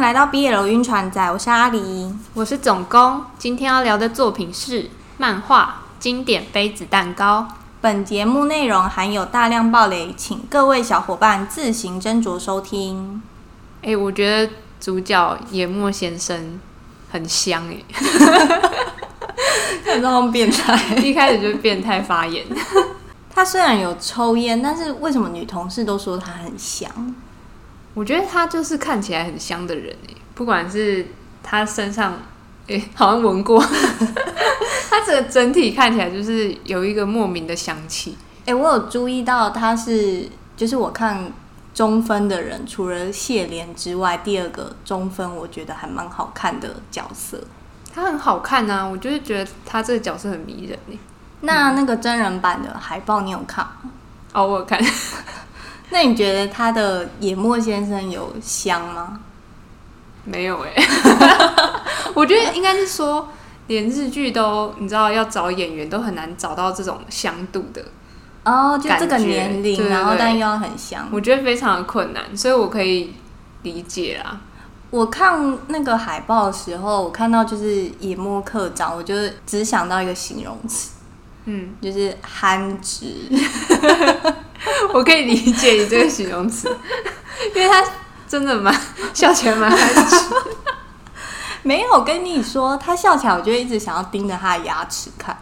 来到 BL 晕船仔，我是阿狸。我是总工，今天要聊的作品是漫画《经典杯子蛋糕》。本节目内容含有大量暴雷，请各位小伙伴自行斟酌收听。哎、我觉得主角野木先生很香哎、看到变态。 一开始就变态发言，他虽然有抽烟，但是为什么女同事都说他很香？我觉得他就是看起来很香的人哎、不管是他身上，哎、好像闻过， 他整个整体看起来就是有一个莫名的香气。哎、我有注意到他是，就是我看中分的人，除了谢怜之外，第二个中分我觉得还蛮好看的角色。他很好看啊，我就是觉得他这个角色很迷人哎、那那个真人版的海报你有看吗？哦，我有看，那你觉得他的野墨先生有香吗？没有哎、 我觉得应该是说，连日剧都你知道要找演员都很难找到这种香度的，哦，就这个感觉年对龄，对然后对但又要很香。我觉得非常的困难，所以我可以理解啦。我看那个海报的时候，我看到就是野墨课长，我就只想到一个形容词， 嗯，就是憨直。 我可以理解你这个形容词， 因为他真的蛮笑起来蛮憨直没有跟你说，他笑起来，我就一直想要盯着他的牙齿看，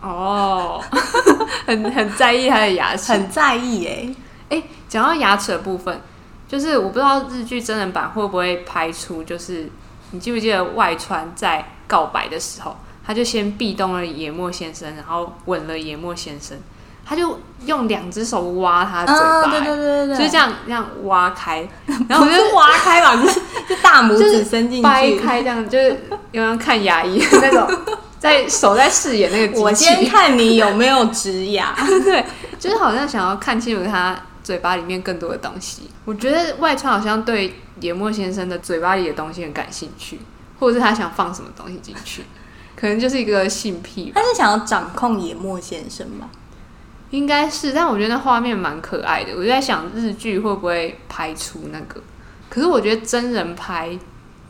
哦， 很很在意他的牙齿。很在意哎、哎、讲到牙齿的部分，就是我不知道日剧真人版会不会拍出，就是你记不记得外川在告白的时候，他就先壁咚了野末先生，然后吻了野末先生，他就用两只手挖他的嘴巴、欸啊，对对对对对，就这样，样这样挖开，然然后后我我就就挖开吧， 就是就大拇就是指伸进掰去。开这样，就是有点看牙医那 种，在手在饰演那个我机先器，看你有没有植牙。 对，就是好像想要看清楚他嘴巴里面更多的东西。我觉得外川好像对野末先生的嘴巴里的东西很感兴趣，或者是他想放什么东西进去， 可能就是一个性癖吧，他是想要掌控野墨先生吧？应该是。但我觉得那画面蛮可爱的，我就在想日剧会不会拍出那个，可是我觉得真人拍。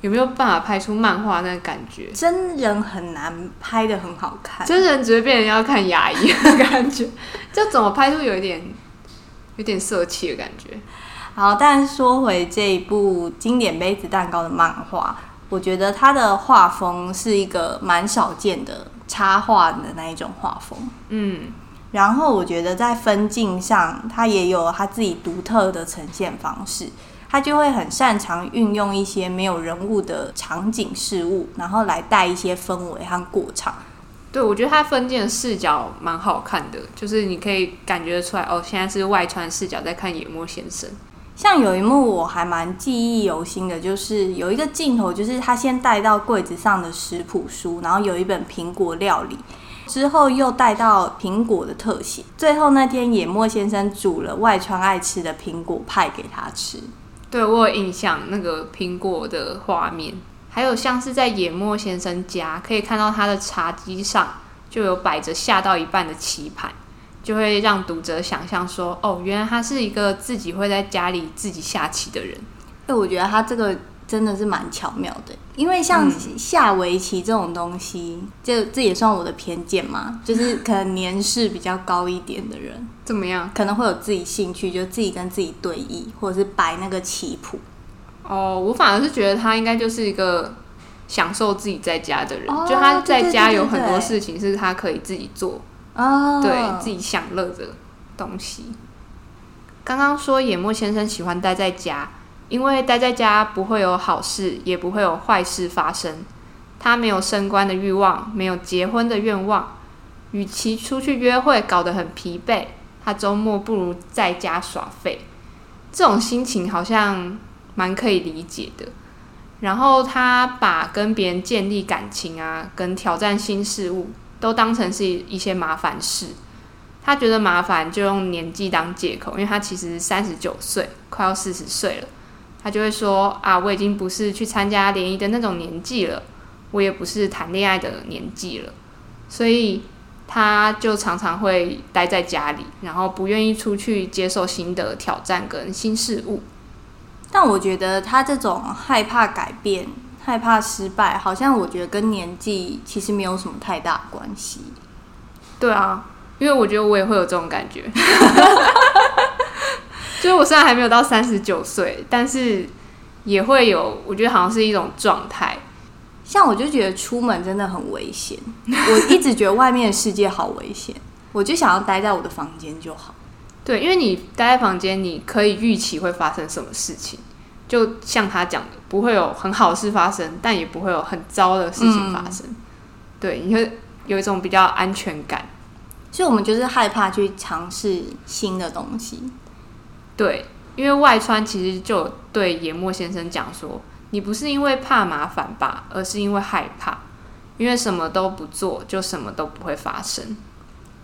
有没有办法拍出漫画那个感觉？真人很难拍的很好看，真人只会变成要看牙医的感觉，就怎么拍出有一点有点色气的感觉。好，但说回这一部经典杯子蛋糕的漫画，我觉得它的画风是一个蛮少见的插画的那一种画风。嗯，然后我觉得在分镜上，它也有它自己独特的呈现方式，它就会很擅长运用一些没有人物的场景事物，然后来带一些氛围和过场。对，我觉得他分镜的视角蛮好看的，就是你可以感觉得出来，哦，现在是外穿视角在看野木先生。像有一幕我还蛮记忆犹新的，就是有一个镜头，就是他先带到柜子上的食谱书，然后有一本苹果料理，之后又带到苹果的特写，最后那天野墨先生煮了外川爱吃的苹果派给他吃。对我有印象那个苹果的画面，还有像是在野木先生家，可以看到他的茶几上就有摆着下到一半的棋盘，就会让读者想象说，哦，原来他是一个自己会在家里自己下棋的人。哎，我觉得他这个真的是蛮巧妙的，因为像下围棋这种东西，这这也算我的偏见嘛，就是可能年事比较高一点的人，怎么样？可能会有自己兴趣，就自己跟自己对弈，或者是摆那个棋谱。哦，我反而是觉得他应该就是一个享受自己在家的人，哦就他在家对对对对有很多事情是他可以自己做，哦，对自己享乐的东西。刚刚说野木先生喜欢待在家，因为待在家不会有好事，也不会有坏事发生。他没有升官的欲望，没有结婚的愿望。与其出去约会搞得很疲惫，他周末不如在家耍废。这种心情好像蛮可以理解的。然后他把跟别人建立感情啊，跟挑战新事物，都当成是一些麻烦事。他觉得麻烦就用年纪当借口，因为他其实三十九岁，快要四十岁了。他就会说啊，我已经不是去参加联谊的那种年纪了，我也不是谈恋爱的年纪了，所以他就常常会待在家里，然后不愿意出去接受新的挑战跟新事物。但我觉得他这种害怕改变、害怕失败，好像我觉得跟年纪其实没有什么太大关系。对啊，因为我觉得我也会有这种感觉， 就是我虽然还没有到三十九岁，但是也会有，我觉得好像是一种状态。像我就觉得出门真的很危险，我一直觉得外面的世界好危险，我就想要待在我的房间就好。对，因为你待在房间，你可以预期会发生什么事情。就像他讲的，不会有很好的事发生，但也不会有很糟的事情发生。对，你会有一种比较安全感。所以我们就是害怕去尝试新的东西。对，因为外川其实就有对野末先生讲说，你不是因为怕麻烦吧，而是因为害怕，因为什么都不做，就什么都不会发生。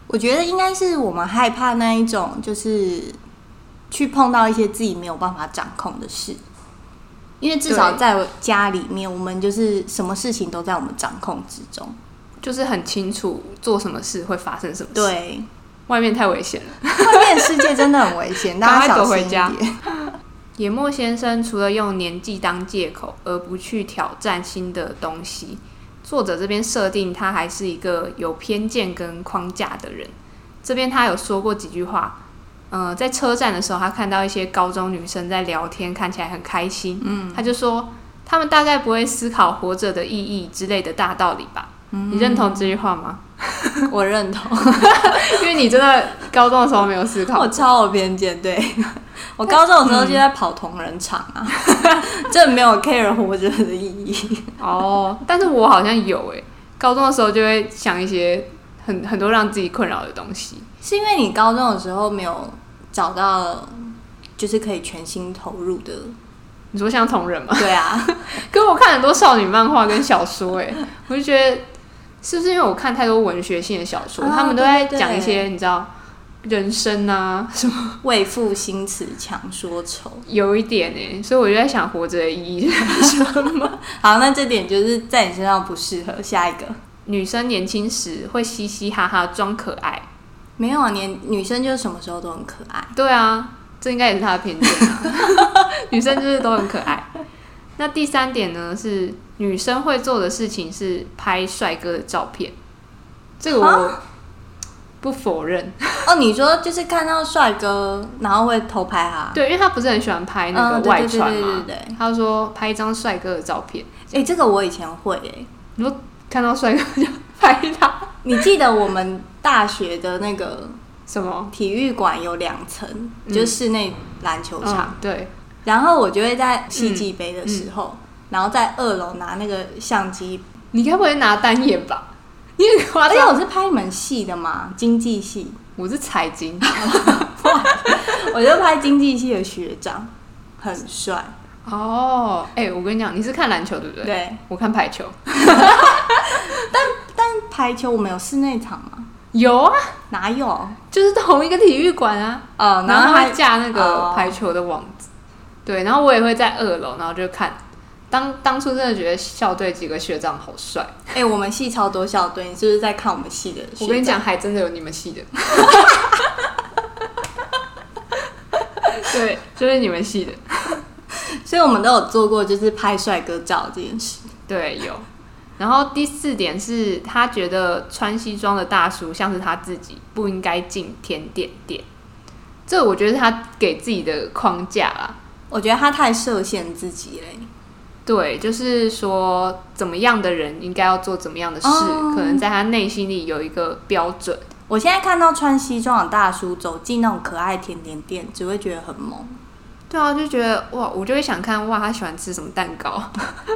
我觉得应该是我们害怕那一种，就是去碰到一些自己没有办法掌控的事，因为至少对在我家里面，我们就是什么事情都在我们掌控之中。就是很清楚做什么事会发生什么事。，对，外面太危险了。外面的世界真的很危 险，大家小赶快躲心一回家点。 野木先生除了用年纪当借口，而不去挑战新的东西，作者这边设定他还是一个有偏见跟框架的人。这边他有说过几句话，呃，在车站的时候，他看到一些高中女生在聊天，看起来很开心，嗯，他就说他们大概不会思考活着的意义之类的大道理吧。你认同这句话吗？ 我认同，因为你真的高中的时候没有思考我，超有偏见。对我高中的时候就在跑同人场啊， 真的没有 care 活着的意义。哦，但是我好像有诶、欸高中的时候就会想一些很很多让自己困扰的东西。是因为你高中的时候没有找到，就是可以全心投入的。你说像同人吗？对啊，可我看很多少女漫画跟小说、诶，我就觉得是不是因为我看太多文学性的小说，啊他们都在对对对讲一些你知道人生啊什么，为赋新词强说愁。有一点诶、所以我就在想活着的意义 是什么。好，那这点就是在你身上不适合。下一个女生年轻时会嘻嘻哈哈装可爱，没有啊，年女生就是什么时候都很可爱。对啊，这应该也是他的偏见啊。 女生就是都很可爱。那第三点呢，是女生会做的事情是拍帅哥的照片，这个我不否认。哦，你说就是看到帅哥，然后会偷拍他。对，因为他不是很喜欢拍那嗯个对外对对传对嘛对对，他说拍一张帅哥的照片，哎、这个我以前会哎、你说看到帅哥就拍他你记得我们大学的那个什么？体育馆有两层，就是室内篮球场。嗯，对，然后我就会在戏剧杯的时候，然后在二楼拿那个相机。你该不会拿单眼吧？你很夸而且张，我是拍你们戏的嘛，经济系，我是财经 我就拍经济系的学长，很帅。哦。哎、我跟你讲，你是看篮球对不对？对，我看排球。但排球我们有室内场吗？有啊，哪有？呃哦、就是同一个体育馆啊，然后哦他架那个排球的网子，对，然后我也会在二楼，然后就看。当当初真的觉得校队几个学长好帅，哎、我们系超多校队，你是不是在看我们系的？我跟你，讲，还真的有你们系的， 对，就是你们系的，所以我们都有做过就是拍帅哥照这件事。对，有。然后第四点是他觉得穿西装的大叔像是他自己，不应该进甜点店。这我觉得是他给自己的框架啦，我觉得他太设限自己嘞。对，就是说怎么样的人应该要做怎么样的事，哦可能在他内心里有一个标准。我现在看到穿西装的大叔走进那种可爱甜点店，只会觉得很萌。对啊，就觉得哇，我就会想看哇，他喜欢吃什么蛋糕。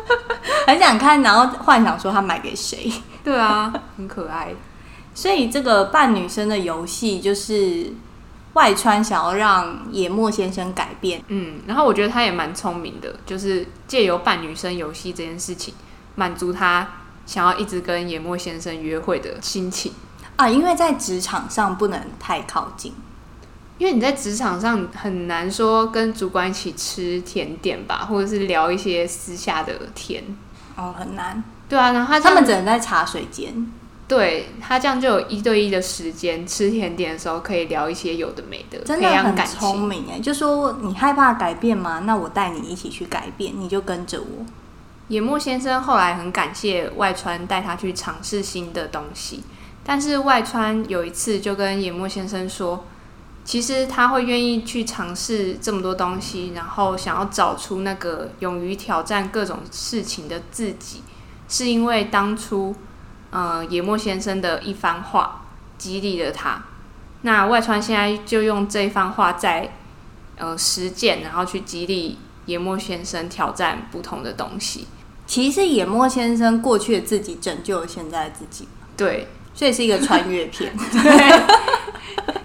很想看，然后幻想说他买给谁。对啊，很可爱。所以这个扮女生的游戏就是外穿想要让野末先生改变，嗯，然后我觉得他也蛮聪明的，就是借由扮女生游戏这件事情，满足他想要一直跟野末先生约会的心情。啊，因为在职场上不能太靠近。因为你在职场上很难说跟主管一起吃甜点吧，或者是聊一些私下的甜。哦，很难，对啊，然后他这他样们只能在茶水间。对他这样就有一对一的时间，吃甜点的时候可以聊一些有的没的，真培的养很感聪情。明哎、就说你害怕改变吗？那我带你一起去改变，你就跟着我。野木先生后来很感谢外川带他去尝试新的东西，但是外川有一次就跟野木先生说，其实他会愿意去尝试这么多东西，然后想要找出那个勇于挑战各种事情的自己，是因为当初呃野木先生的一番话激励了他。那外川现在就用这番话在呃实践，然后去激励野木先生挑战不同的东西。其实是野墨先生过去的自己拯救了现在的自己，对，所以是一个穿越片。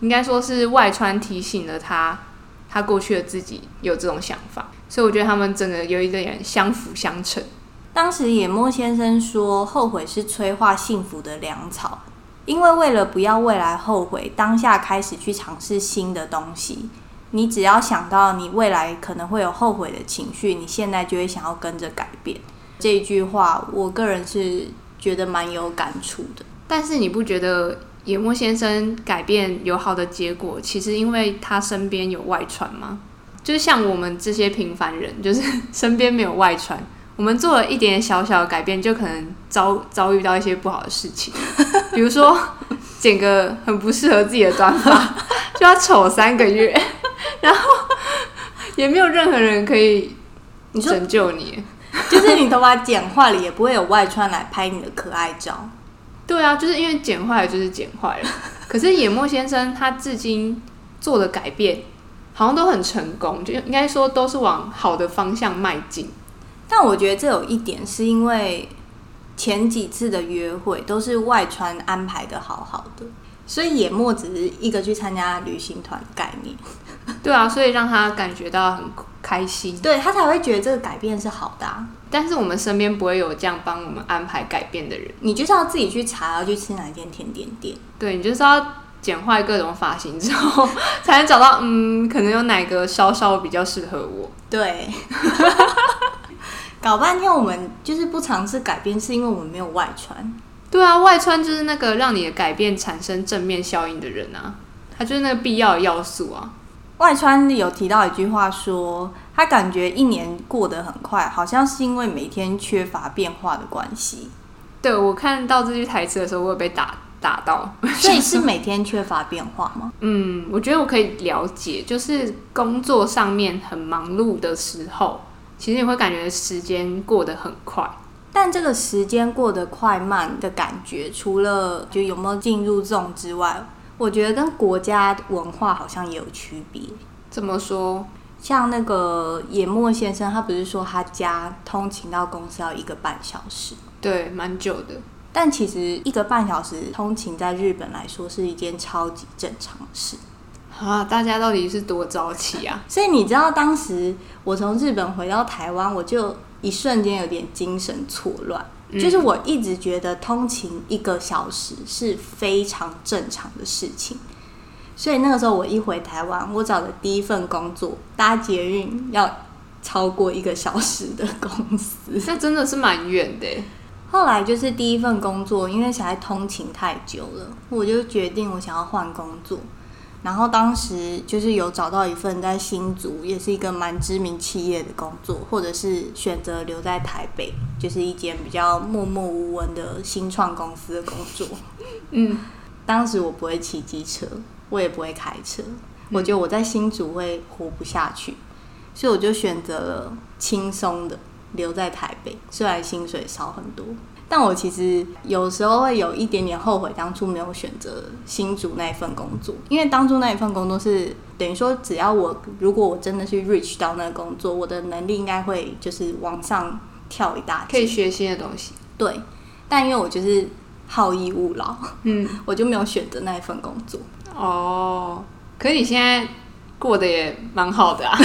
应该说是外川提醒了他，他过去的自己有这种想法，所以我觉得他们真的有一点相辅相成。当时野木先生说，后悔是催化幸福的粮草，因为为了不要未来后悔，当下开始去尝试新的东西。你只要想到你未来可能会有后悔的情绪，你现在就会想要跟着改变。这一句话，我个人是觉得蛮有感触的。但是你不觉得野木先生改变有好的结果，其实因为他身边有外传吗？就是像我们这些平凡人，就是身边没有外传，我们做了一点小小的改变，就可能遭遭遇到一些不好的事情， 比如说剪个很不适合自己的短发，就要丑三个月， 然后也没有任何人可以你说拯救你。就是你头发剪坏了，也不会有外穿来拍你的可爱照。对啊，就是因为剪坏了就是剪坏了。可是野木先生他至今做的改变，好像都很成功，就应该说都是往好的方向迈进。但我觉得这有一点是因为前几次的约会都是外穿安排的好好的，所以野墨只是一个去参加旅行团的概念，对啊，所以让他感觉到很开心。对他才会觉得这个改变是好的、啊。但是我们身边不会有这样帮我们安排改变的人。你就是要自己去查要去吃哪间甜点店，对你就是要剪坏各种发型之后，才能找到嗯，可能有哪个稍稍比较适合我。对。 搞半天我们就是不尝试改变，是因为我们没有外穿。对啊，外穿就是那个让你的改变产生正面效应的人啊，他就是那个必要的要素啊。外川有提到一句话说，他感觉一年过得很快，好像是因为每天缺乏变化的关系，对我看到这句台词的时候，我有被打打到。 所以是每天缺乏变化吗？嗯，我觉得我可以了解，就是工作上面很忙碌的时候，其实你会感觉时间过得很快。但这个时间过得快慢的感觉，除了就有没有进入这种之外，我觉得跟国家文化好像也有区别。怎么说？像那个野墨先生，他不是说他家通勤到公司要一个半小时？对，蛮久的。但其实一个半小时通勤在日本来说是一件超级正常的事。啊，大家到底是多早起啊？ 所以你知道，当时我从日本回到台湾，我就一瞬间有点精神错乱，就是我一直觉得通勤一个小时是非常正常的事情。所以那个时候我一回台湾，我找的第一份工作搭捷运要超过一个小时的公司。那真的是蛮远的耶。欸后来就是第一份工作，因为实在通勤太久了，我就决定我想要换工作。然后当时就是有找到一份在新竹，也是一个蛮知名企业的工作，或者是选择留在台北，就是一间比较默默无闻的新创公司的工作。嗯，当时我不会骑机车，我也不会开车，我觉得我在新竹会活不下去，所以我就选择了轻松的留在台北，虽然薪水少很多。但我其实有时候会有一点点后悔，当初没有选择新竹那一份工作，因为当初那一份工作是等于说，只要我如果我真的去 reach 到那个工作，我的能力应该会就是往上跳一大可截。以学新的东西。对，但因为我就是好逸恶劳，嗯， 我就没有选择那一份工作。哦，可是你现在过得也蛮好的啊。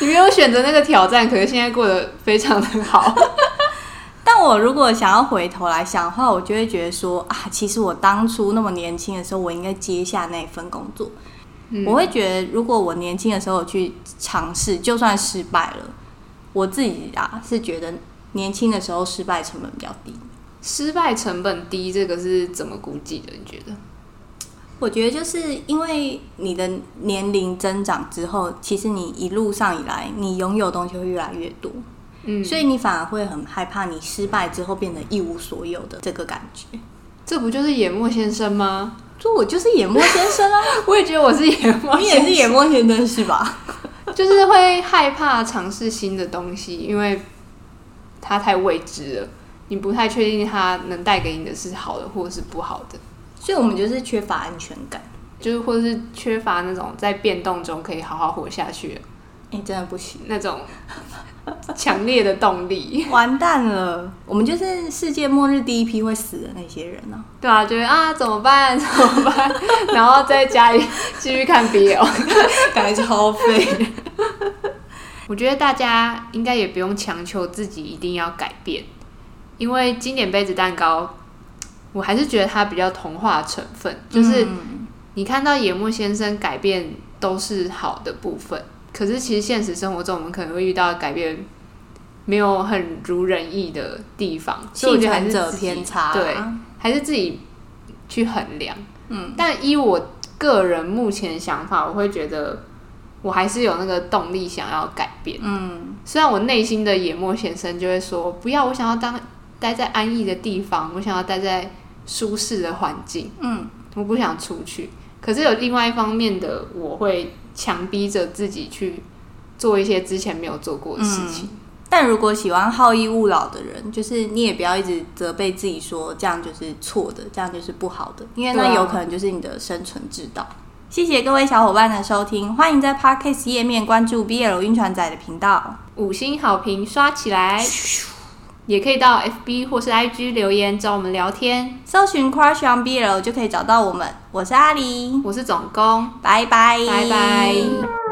你没有选择那个挑战，可是现在过得非常的好。但我如果想要回头来想的话，我就会觉得说啊，其实我当初那么年轻的时候，我应该接下那一份工作。嗯我会觉得，如果我年轻的时候去尝试，就算失败了，我自己啊是觉得年轻的时候失败成本比较低。失败成本低，这个是怎么估计的？你觉得？我觉得就是因为你的年龄增长之后，其实你一路上以来，你拥有的东西会越来越多，嗯，所以你反而会很害怕你失败之后变得一无所有的这个感觉。这不就是野墨先生吗？ 就我就是眼墨先生啊，我也觉得我是野 墨你先也是生，眼墨先生是吧？就是会害怕尝试新的东西，因为它太未知了，你不太确定它能带给你的是好的或是不好的，所以我们就是缺乏安全感。就是或是缺乏那种在变动中可以好好活下去的哎、真的不行，那种强烈的动力。完蛋了！我们就是世界末日第一批会死的那些人啊。对啊，觉得啊怎么办怎 么办，然后在家里继续看 BL。 感觉超 废。我觉得大家应该也不用强求自己一定要改变，因为经典杯子蛋糕，我还是觉得它比较童话成分，就是嗯你看到野木先生改变都是好的部分，可是其实现实生活中我们可能会遇到改变没有很如人意的地方，所以我幸觉得还存是者自己偏差、啊对，还是自己去衡量。嗯，但依我个人目前的想法，我会觉得我还是有那个动力想要改变。嗯，虽然我内心的野墨先生就会说：“不要，我想要当待在安逸的地方，我想要待在舒适的环境，嗯，我不想出去。”可是有另外一方面的，我会强逼着自己去做一些之前没有做过的事嗯情。但如果喜欢好逸恶劳的人，就是你也不要一直责备自己说这样就是错的，这样就是不好的，因为对那啊有可能就是你的生存之道。谢谢各位小伙伴的收听，欢迎在 Podcast 页面关注 BL 晕船仔的频道。五星好评刷起来，也可以到 FB 或是 IG 留言找我们聊天。搜寻 Crush on BL 就可以找到我们。我是阿狸，我是总工，拜拜，拜拜。